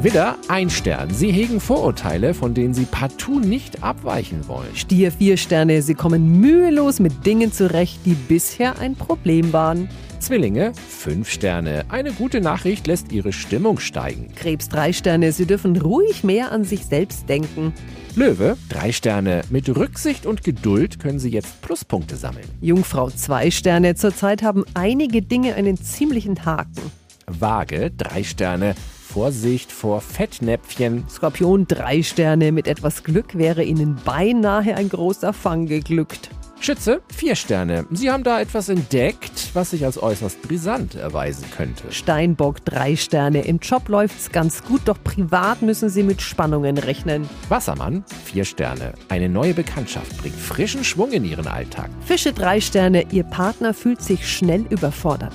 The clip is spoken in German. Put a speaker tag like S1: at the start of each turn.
S1: Widder, ein Stern. Sie hegen Vorurteile, von denen Sie partout nicht abweichen wollen.
S2: Stier vier Sterne, Sie kommen mühelos mit Dingen zurecht, die bisher ein Problem waren.
S1: Zwillinge, fünf Sterne. Eine gute Nachricht lässt Ihre Stimmung steigen.
S2: Krebs drei Sterne, Sie dürfen ruhig mehr an sich selbst denken.
S1: Löwe, drei Sterne. Mit Rücksicht und Geduld können Sie jetzt Pluspunkte sammeln.
S2: Jungfrau zwei Sterne, zurzeit haben einige Dinge einen ziemlichen Haken.
S1: Waage, drei Sterne. Vorsicht vor Fettnäpfchen.
S2: Skorpion drei Sterne, mit etwas Glück wäre Ihnen beinahe ein großer Fang geglückt.
S1: Schütze, vier Sterne. Sie haben da etwas entdeckt, was sich als äußerst brisant erweisen könnte.
S2: Steinbock drei Sterne, im Job läuft's ganz gut, doch privat müssen Sie mit Spannungen rechnen.
S1: Wassermann, vier Sterne. Eine neue Bekanntschaft bringt frischen Schwung in Ihren Alltag.
S2: Fische drei Sterne, Ihr Partner fühlt sich schnell überfordert.